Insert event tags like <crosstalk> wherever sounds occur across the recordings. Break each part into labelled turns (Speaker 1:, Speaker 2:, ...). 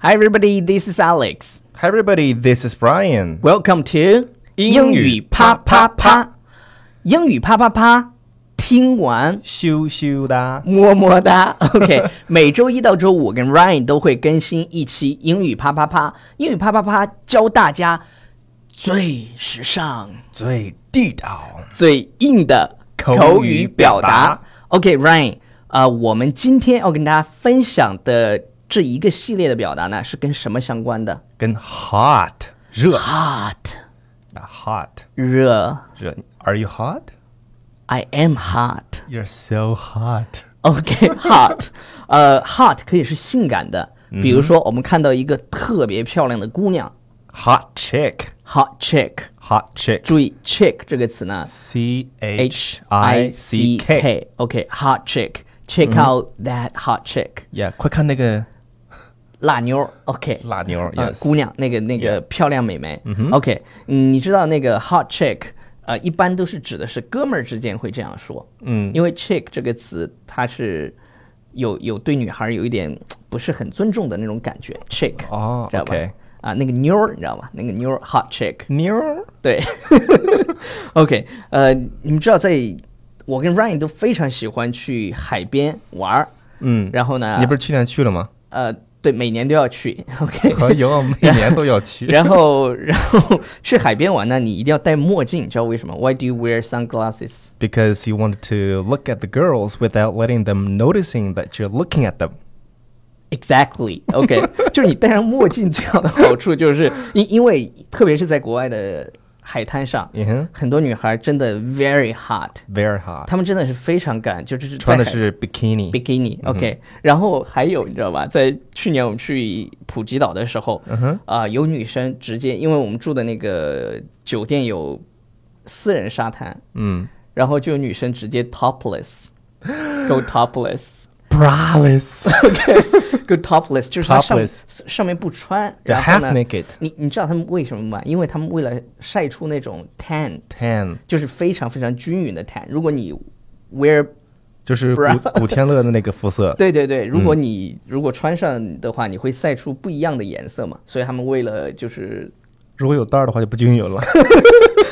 Speaker 1: Hi, everybody. This is Alex.
Speaker 2: Hi everybody, this is Brian.
Speaker 1: Welcome to
Speaker 2: 英语啪啪啪。
Speaker 1: 英语啪啪啪，听完
Speaker 2: 羞羞哒，
Speaker 1: 么么哒。OK，每周一到周五，我跟 Ryan 都会更新一期英语啪啪啪。英语啪啪啪教大家最时尚、
Speaker 2: 最地道。
Speaker 1: 最硬的口
Speaker 2: 口
Speaker 1: 语
Speaker 2: 语
Speaker 1: 表
Speaker 2: 表
Speaker 1: 达
Speaker 2: 达。
Speaker 1: OK，Ryan，、呃，我们今天要跟大家分享的这一个系列的表达呢，是跟什么相关的
Speaker 2: 跟 hot 热
Speaker 1: ？Hot，
Speaker 2: hot
Speaker 1: 热
Speaker 2: 热，Are you hot?
Speaker 1: ，I am hot。
Speaker 2: You're so hot.
Speaker 1: OK，hot，、呃，hot 可以是性感的，
Speaker 2: 嗯
Speaker 1: 比如说我们看到一个特别漂亮的姑娘
Speaker 2: Hot chick,
Speaker 1: ，hot chick。
Speaker 2: hot chick.
Speaker 1: 注意 chick 这个词呢
Speaker 2: C H I C K. 嗯
Speaker 1: K。OK，hot chick，check out that hot chick，
Speaker 2: Yeah，快看那个
Speaker 1: 辣妞儿。OK，
Speaker 2: 辣妞儿
Speaker 1: 呃，
Speaker 2: ，Yes，
Speaker 1: 姑娘，那个那个漂亮美眉。OK，嗯你知道那个 hot chick，呃，一般都是指的是哥们儿之间会这样说。嗯，因为 chick 这个词，它是有有对女孩有一点不是很尊重的那种感觉。chick，
Speaker 2: 哦
Speaker 1: 知道吧
Speaker 2: OK？
Speaker 1: 啊，那个妞儿，你知道吧？那个妞儿 hot chick，
Speaker 2: 妞儿
Speaker 1: 对 <laughs> ，OK，呃，你们知道在，我跟 Ryan 都非常喜欢去海边玩儿，
Speaker 2: 嗯
Speaker 1: 然后呢，
Speaker 2: 你不是去年去 <laughs> 了吗？
Speaker 1: 呃，对，每年都要去，OK，
Speaker 2: <laughs> 可以，我每年都要 <laughs> 去。
Speaker 1: 然后，然后去海边玩呢，你一定要戴墨镜，你知道为什么？Why do you wear sunglasses？
Speaker 2: Because you wanted to look at the girls without letting them noticing that you're looking at them.
Speaker 1: Exactly. OK，就是
Speaker 2: <laughs>
Speaker 1: 你戴上墨镜最好的好处就是因因为特别是在国外的海滩上，
Speaker 2: 嗯哼
Speaker 1: 很多女孩真的 very hot，
Speaker 2: Uh-huh. Very hot.
Speaker 1: 她们真的是非常敢，就是
Speaker 2: 穿的
Speaker 1: 在海
Speaker 2: 是嗯 bikini。
Speaker 1: bikini。OK，、然后还有你知道吧，在去年我们去普吉岛的时候，啊、
Speaker 2: 嗯
Speaker 1: 有女生直接因为我们住的那个酒店有私人沙滩，
Speaker 2: 嗯
Speaker 1: 然后就有女生直接 topless，go <laughs> topless，go
Speaker 2: ，braless。
Speaker 1: topless，就是她上
Speaker 2: Topless
Speaker 1: 上面不穿，
Speaker 2: 对
Speaker 1: 然后呢
Speaker 2: half naked
Speaker 1: 你你知道他们为什么吗？因为他们为了晒出那种 tan，
Speaker 2: tan
Speaker 1: 就是非常非常均匀的 tan。如果你 wear
Speaker 2: 呃就是古
Speaker 1: Bra
Speaker 2: 古天乐的那个
Speaker 1: <laughs>
Speaker 2: 肤色，
Speaker 1: 对对对，如果你、如果穿上的话，你会晒出不一样的颜色嘛。所以他们为了就是，
Speaker 2: 如果有带儿的话就不均匀了， <laughs>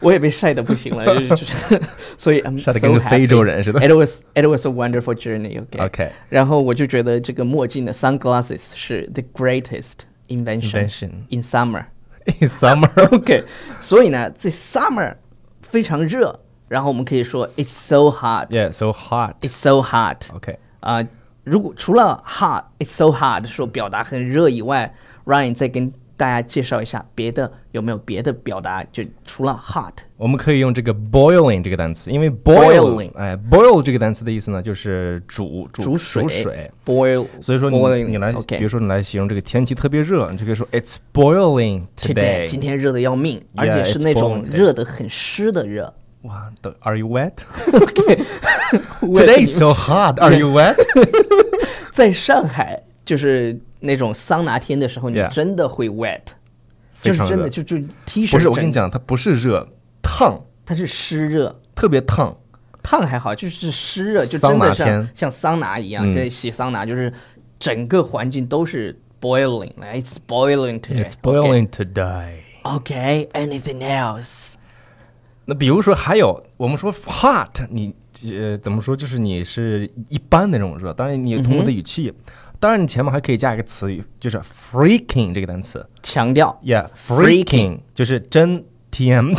Speaker 1: 我也被晒的不行
Speaker 2: <laughs>
Speaker 1: 了，就是 <laughs> 就是，所以 I'm
Speaker 2: 晒得
Speaker 1: so
Speaker 2: 跟个
Speaker 1: happy
Speaker 2: 非洲人似的
Speaker 1: It was it was a wonderful journey. OK.
Speaker 2: OK
Speaker 1: 然后我就觉得这个墨镜的 sunglasses 是 the greatest invention,
Speaker 2: Invention
Speaker 1: in summer. <laughs>
Speaker 2: In summer，
Speaker 1: OK，所以呢，在 summer 非常热，然后我们可以说 it's so hot,
Speaker 2: yeah so
Speaker 1: it's
Speaker 2: hot，OK，、
Speaker 1: so hot. 啊、如果除了 hard it's so hard 说表达很热以外，Ryan 再跟大家介绍一下别的有没有别的表达？就除了 hot，
Speaker 2: 我们可以用这个 boiling 这个单词，因为 boil
Speaker 1: Boiling
Speaker 2: 哎 boil 这个单词的意思呢就是煮
Speaker 1: 煮
Speaker 2: 煮
Speaker 1: 水
Speaker 2: 煮水，
Speaker 1: boil，
Speaker 2: 所以说你
Speaker 1: boiling,
Speaker 2: 你来
Speaker 1: OK，
Speaker 2: 比如说你来形容这个天气特别热，你就可以说 It's boiling
Speaker 1: 今天今
Speaker 2: today。
Speaker 1: 天热的要命，而且
Speaker 2: Yeah,
Speaker 1: 是
Speaker 2: it's
Speaker 1: 那种
Speaker 2: boiling today.
Speaker 1: 热的很湿的
Speaker 2: <laughs>
Speaker 1: 热。
Speaker 2: 哇都，Are you wet?
Speaker 1: <laughs> Today
Speaker 2: Today is so hot. Are you wet?
Speaker 1: <laughs> 在上海就是那种桑拿天的时候，你
Speaker 2: Yeah
Speaker 1: 真的会 wet，就
Speaker 2: 非
Speaker 1: 是
Speaker 2: 常
Speaker 1: 真的
Speaker 2: 热
Speaker 1: 就就 T 恤
Speaker 2: 不是，我跟
Speaker 1: 整
Speaker 2: 你，讲，它不是热，烫，
Speaker 1: 它是湿热。
Speaker 2: 特别烫。
Speaker 1: 烫还好，就是湿热，就真
Speaker 2: 桑拿
Speaker 1: 的像
Speaker 2: 天嗯
Speaker 1: 像桑拿一样，在洗桑拿，就是整个环境都是 boiling，来，it's boiling today。
Speaker 2: It's boiling today.
Speaker 1: Okay, anything else?
Speaker 2: 那比如说还有我们说 hot，你呃怎么说？就是你是一般的那种热，当然你通过的语气，当然你前面还可以加一个词语，就是 freaking 这个单词
Speaker 1: 强调
Speaker 2: ，yeah，freaking 就是真
Speaker 1: <laughs>
Speaker 2: tm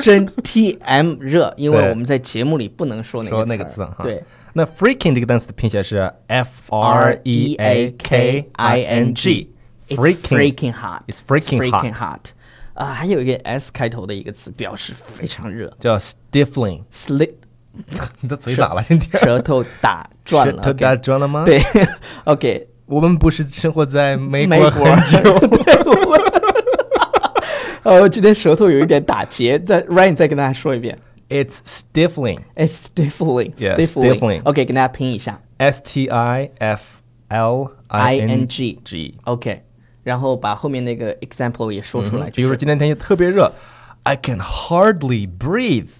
Speaker 1: 真 TM 热，因为
Speaker 2: 对
Speaker 1: 我们在节目里不能说那个
Speaker 2: 说那个
Speaker 1: 儿
Speaker 2: 字哈。
Speaker 1: 对，，
Speaker 2: 那 freaking 这个单词的拼写是 f r e a k i n g。
Speaker 1: It's
Speaker 2: freaking
Speaker 1: freaking hot.
Speaker 2: It's freaking hot
Speaker 1: hot. 啊，还有一个 S 开头的一个词，表示非常热
Speaker 2: 叫 stifling， <laughs>
Speaker 1: ，slit
Speaker 2: 你的嘴咋了？今天
Speaker 1: 舌头打转了
Speaker 2: <laughs> 舌头
Speaker 1: ，OK
Speaker 2: 打转了吗？，
Speaker 1: 对 <laughs> ，OK，
Speaker 2: 我们不是生活在美
Speaker 1: 美
Speaker 2: 国
Speaker 1: 国
Speaker 2: 很
Speaker 1: <laughs>
Speaker 2: 久。
Speaker 1: 呃，今天舌头有一点打结，再 Ryan 再跟大家说一遍
Speaker 2: <laughs> It's stifling。
Speaker 1: ，it's
Speaker 2: Yeah,
Speaker 1: stifling，stifling，OK，
Speaker 2: stifling、
Speaker 1: OK，跟大家拼一下
Speaker 2: S T I F L I N
Speaker 1: ，ing
Speaker 2: G。
Speaker 1: OK，然后把后面那个 example 也说出来，
Speaker 2: 比如说今天天气特别热，I can hardly breathe。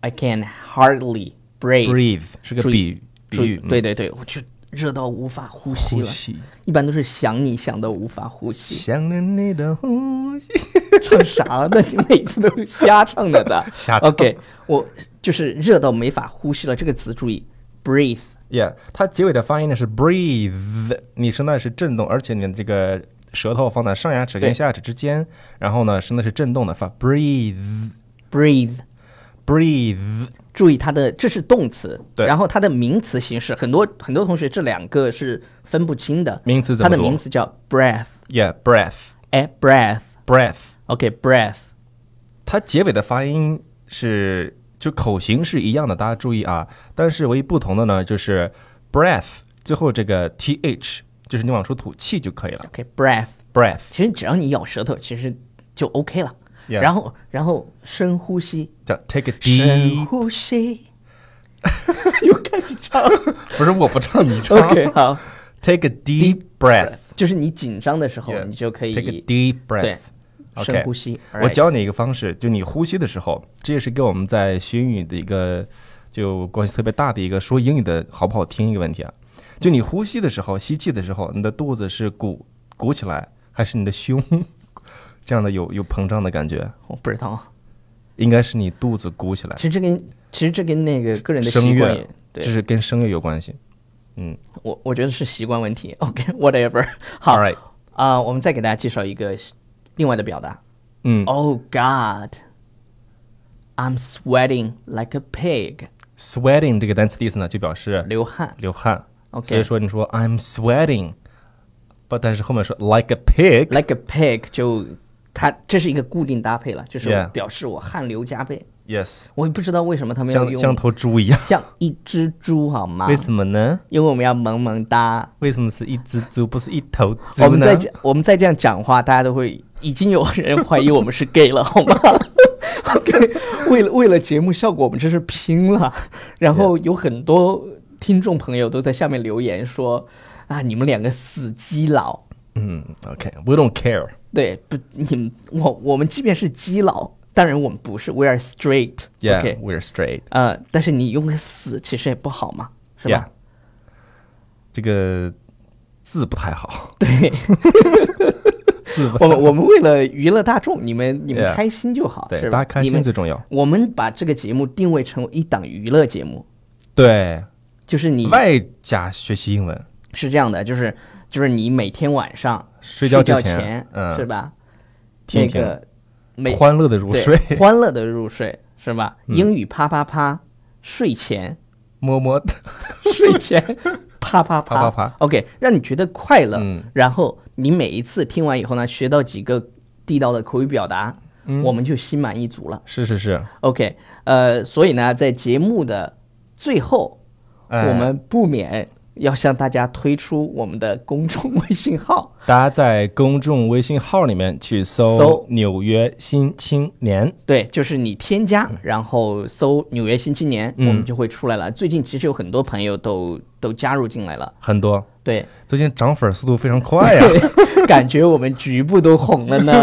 Speaker 1: I can hardly breathe，
Speaker 2: breathe 是个
Speaker 1: 注意
Speaker 2: 比
Speaker 1: 注
Speaker 2: 比
Speaker 1: 意
Speaker 2: 喻，
Speaker 1: 对对对，我就热到无法呼吸
Speaker 2: 呼
Speaker 1: 了，
Speaker 2: 吸，
Speaker 1: 一般都是想你想到无法呼吸， <laughs>
Speaker 2: 想着你的呼吸， <laughs>
Speaker 1: 唱啥呢？你每次都瞎唱的咋
Speaker 2: 瞎唱
Speaker 1: OK，我就是热到没法呼吸了。这个词注意，breathe。
Speaker 2: ，yeah，它结尾的发音呢是 breathe，你声带是震动，而且你的这个舌头放在上牙齿跟
Speaker 1: 对
Speaker 2: 下牙齿之间，然后呢声带是震动的，发 breathe
Speaker 1: breathe，
Speaker 2: breathe，
Speaker 1: 注意它的这是动词，
Speaker 2: 对
Speaker 1: 然后它的名词形式，很多很多同学这两个是分不清的。
Speaker 2: 名词怎
Speaker 1: 它
Speaker 2: 么
Speaker 1: 的
Speaker 2: 读
Speaker 1: 名词叫 breath，
Speaker 2: ，yeah，breath
Speaker 1: 哎，breath，OK，breath，、
Speaker 2: breath，
Speaker 1: breath，
Speaker 2: 它结尾的发音是就口型是一样的，大家注意啊。但是唯一不同的呢，就是 breath 最后这个 th，就是你往出吐气就可以了。
Speaker 1: OK breath，
Speaker 2: breath
Speaker 1: 其实只要你咬舌头，其实就 OK 了。
Speaker 2: Yeah
Speaker 1: 然后然后深呼吸，
Speaker 2: 叫 take a deep，
Speaker 1: 深呼
Speaker 2: <laughs>
Speaker 1: 吸，又开始唱。
Speaker 2: 不是我不唱你
Speaker 1: <laughs>
Speaker 2: 唱。
Speaker 1: OK，好，
Speaker 2: <laughs> take a deep breath，
Speaker 1: 就是你紧张的时候
Speaker 2: Yeah，
Speaker 1: 哦你就可
Speaker 2: take a
Speaker 1: 以
Speaker 2: deep breath
Speaker 1: 对。
Speaker 2: OK，
Speaker 1: 深呼吸。
Speaker 2: 我
Speaker 1: alright
Speaker 2: 教你一个方式，就你呼吸的时候，这也是跟我们在学英语的一个就关系特别大的一个说英语的好不好听一个问题啊。就你呼吸的时候，吸气的时候，你的肚子是鼓鼓起来，还是你的胸这样的有有膨胀的感觉？
Speaker 1: 我不知道啊，
Speaker 2: 应该是你肚子鼓起来
Speaker 1: 其，实这跟其实这跟那个个人的
Speaker 2: 声
Speaker 1: 习惯
Speaker 2: 乐
Speaker 1: 也，
Speaker 2: 这
Speaker 1: 对。
Speaker 2: 是跟声乐有关系。嗯
Speaker 1: 我我觉得是习惯问题。OK，whatever、好，啊
Speaker 2: ，All right，
Speaker 1: 我们再给大家介绍一个另外的表达。
Speaker 2: 嗯
Speaker 1: Oh God, I'm sweating like a pig，
Speaker 2: ，sweating 这个单词的意思呢，就表示
Speaker 1: 流汗。
Speaker 2: 流汗。
Speaker 1: OK
Speaker 2: 所以说你说 I'm sweating，不，但是后面说 like a pig，
Speaker 1: Like a pig 就它这是一个固定搭配了，就是
Speaker 2: Yeah
Speaker 1: 表示我汗流浃背。
Speaker 2: Yes，
Speaker 1: 我也不知道为什么他们要
Speaker 2: 像像
Speaker 1: 用啊
Speaker 2: 头猪一样。
Speaker 1: 像一只猪好吗
Speaker 2: 为？什么呢？
Speaker 1: 因为我们要萌萌哒。
Speaker 2: 为什么是一只猪，不是一头猪呢？
Speaker 1: 我们再这我们再这样讲话，大家都会已经有人怀疑我们是 gay 了，好吗？OK，为了为了节目效果，我们真是拼了。然后有很多听众朋友都在下面留言说：“啊，你们两个死基佬，
Speaker 2: 嗯，OK，we、don't care。
Speaker 1: 对不？你们我我们即便是基佬，当然我们不是，we are straight。OK，
Speaker 2: Yeah，we're、straight。
Speaker 1: 呃，但是你用个死其实也不好嘛，是吧？
Speaker 2: 这个字不太好，
Speaker 1: <laughs> 对，
Speaker 2: 字不太
Speaker 1: 我们我们为了娱乐大众，你们你
Speaker 2: Yeah
Speaker 1: 们开心就好
Speaker 2: 对，
Speaker 1: 是
Speaker 2: 大
Speaker 1: 吧？
Speaker 2: 家开
Speaker 1: 你
Speaker 2: 心
Speaker 1: 们
Speaker 2: 最重要。
Speaker 1: 我们把这个节目定位成为一档娱乐节目，
Speaker 2: 对，
Speaker 1: 就是你
Speaker 2: 外加学习英文，
Speaker 1: 是这样的，就是就是你每天晚上
Speaker 2: 睡觉
Speaker 1: 觉
Speaker 2: 之前
Speaker 1: 前，
Speaker 2: 嗯
Speaker 1: 是吧？
Speaker 2: 听一听
Speaker 1: 那个每
Speaker 2: 欢乐的入
Speaker 1: 对
Speaker 2: 睡， <laughs> 嗯
Speaker 1: 欢乐的入睡是吧？英语啪啪啪，睡前
Speaker 2: 么么哒。
Speaker 1: <laughs> 睡前啪啪
Speaker 2: 啪啪啪
Speaker 1: ，OK，让你觉得快乐。
Speaker 2: 嗯
Speaker 1: 然后你每一次听完以后呢，学到几个地道的口语表达，
Speaker 2: 嗯
Speaker 1: 我们就心满意足了。
Speaker 2: 是
Speaker 1: <laughs>
Speaker 2: 是是，
Speaker 1: OK，呃，所以呢，在节目的最后，
Speaker 2: 哎
Speaker 1: 我们不免要向大家推出我们的公众微信号。 <laughs>
Speaker 2: 大家在公众微信号里面去搜
Speaker 1: 搜
Speaker 2: “纽约新青年
Speaker 1: 对，就是你添加，
Speaker 2: 嗯
Speaker 1: 然后搜“纽约新青年”，我们就会出来了。最近其实有很多朋友都都加入进来了”，，
Speaker 2: 很多。
Speaker 1: 对，
Speaker 2: 最近涨粉速度非常快
Speaker 1: <laughs>
Speaker 2: 呀、
Speaker 1: 感觉我们局部都红了
Speaker 2: <laughs>
Speaker 1: 呢。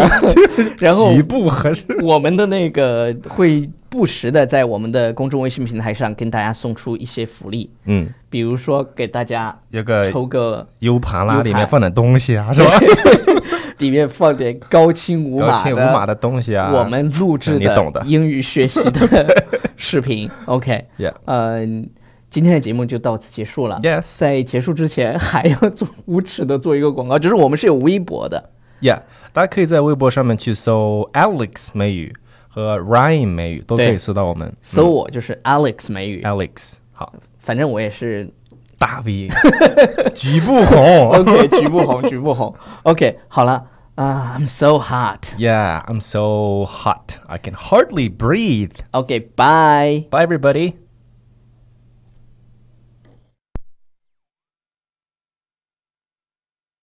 Speaker 1: 然后
Speaker 2: 局部合适。
Speaker 1: 我们的那个会不时的在我们的公众微信平台上跟大家送出一些福利，
Speaker 2: 嗯，
Speaker 1: 比如说给大家
Speaker 2: 有个
Speaker 1: 抽个 <laughs>
Speaker 2: U 盘啦，
Speaker 1: U
Speaker 2: 里面
Speaker 1: 盘
Speaker 2: 放点东西啊，是吧？
Speaker 1: 里面放点高清无
Speaker 2: 高
Speaker 1: 码
Speaker 2: 清
Speaker 1: 的
Speaker 2: 无码的东西啊，
Speaker 1: 我们录制
Speaker 2: 你懂
Speaker 1: 的
Speaker 2: 的
Speaker 1: 英语学习
Speaker 2: <laughs>
Speaker 1: 的视频。OK，
Speaker 2: Yeah
Speaker 1: 嗯，今天的节目就到此结束了。
Speaker 2: Yes
Speaker 1: 在结束之前还要做无耻的做一个广告，就是我们是有微博的。
Speaker 2: Yeah，大家可以在微博上面去搜 Alex 美语和 Ryan 美语，都可
Speaker 1: 对
Speaker 2: 以搜到我们。
Speaker 1: 搜我就是 Alex 美语，
Speaker 2: Alex，好，
Speaker 1: 反正我也是 <laughs>
Speaker 2: 大 V，局部红。
Speaker 1: OK，局部红，局部红。OK，好了啊、i m so hot。
Speaker 2: Yeah，I'm so hot, I can hardly breathe.
Speaker 1: OK，bye、
Speaker 2: Bye everybody.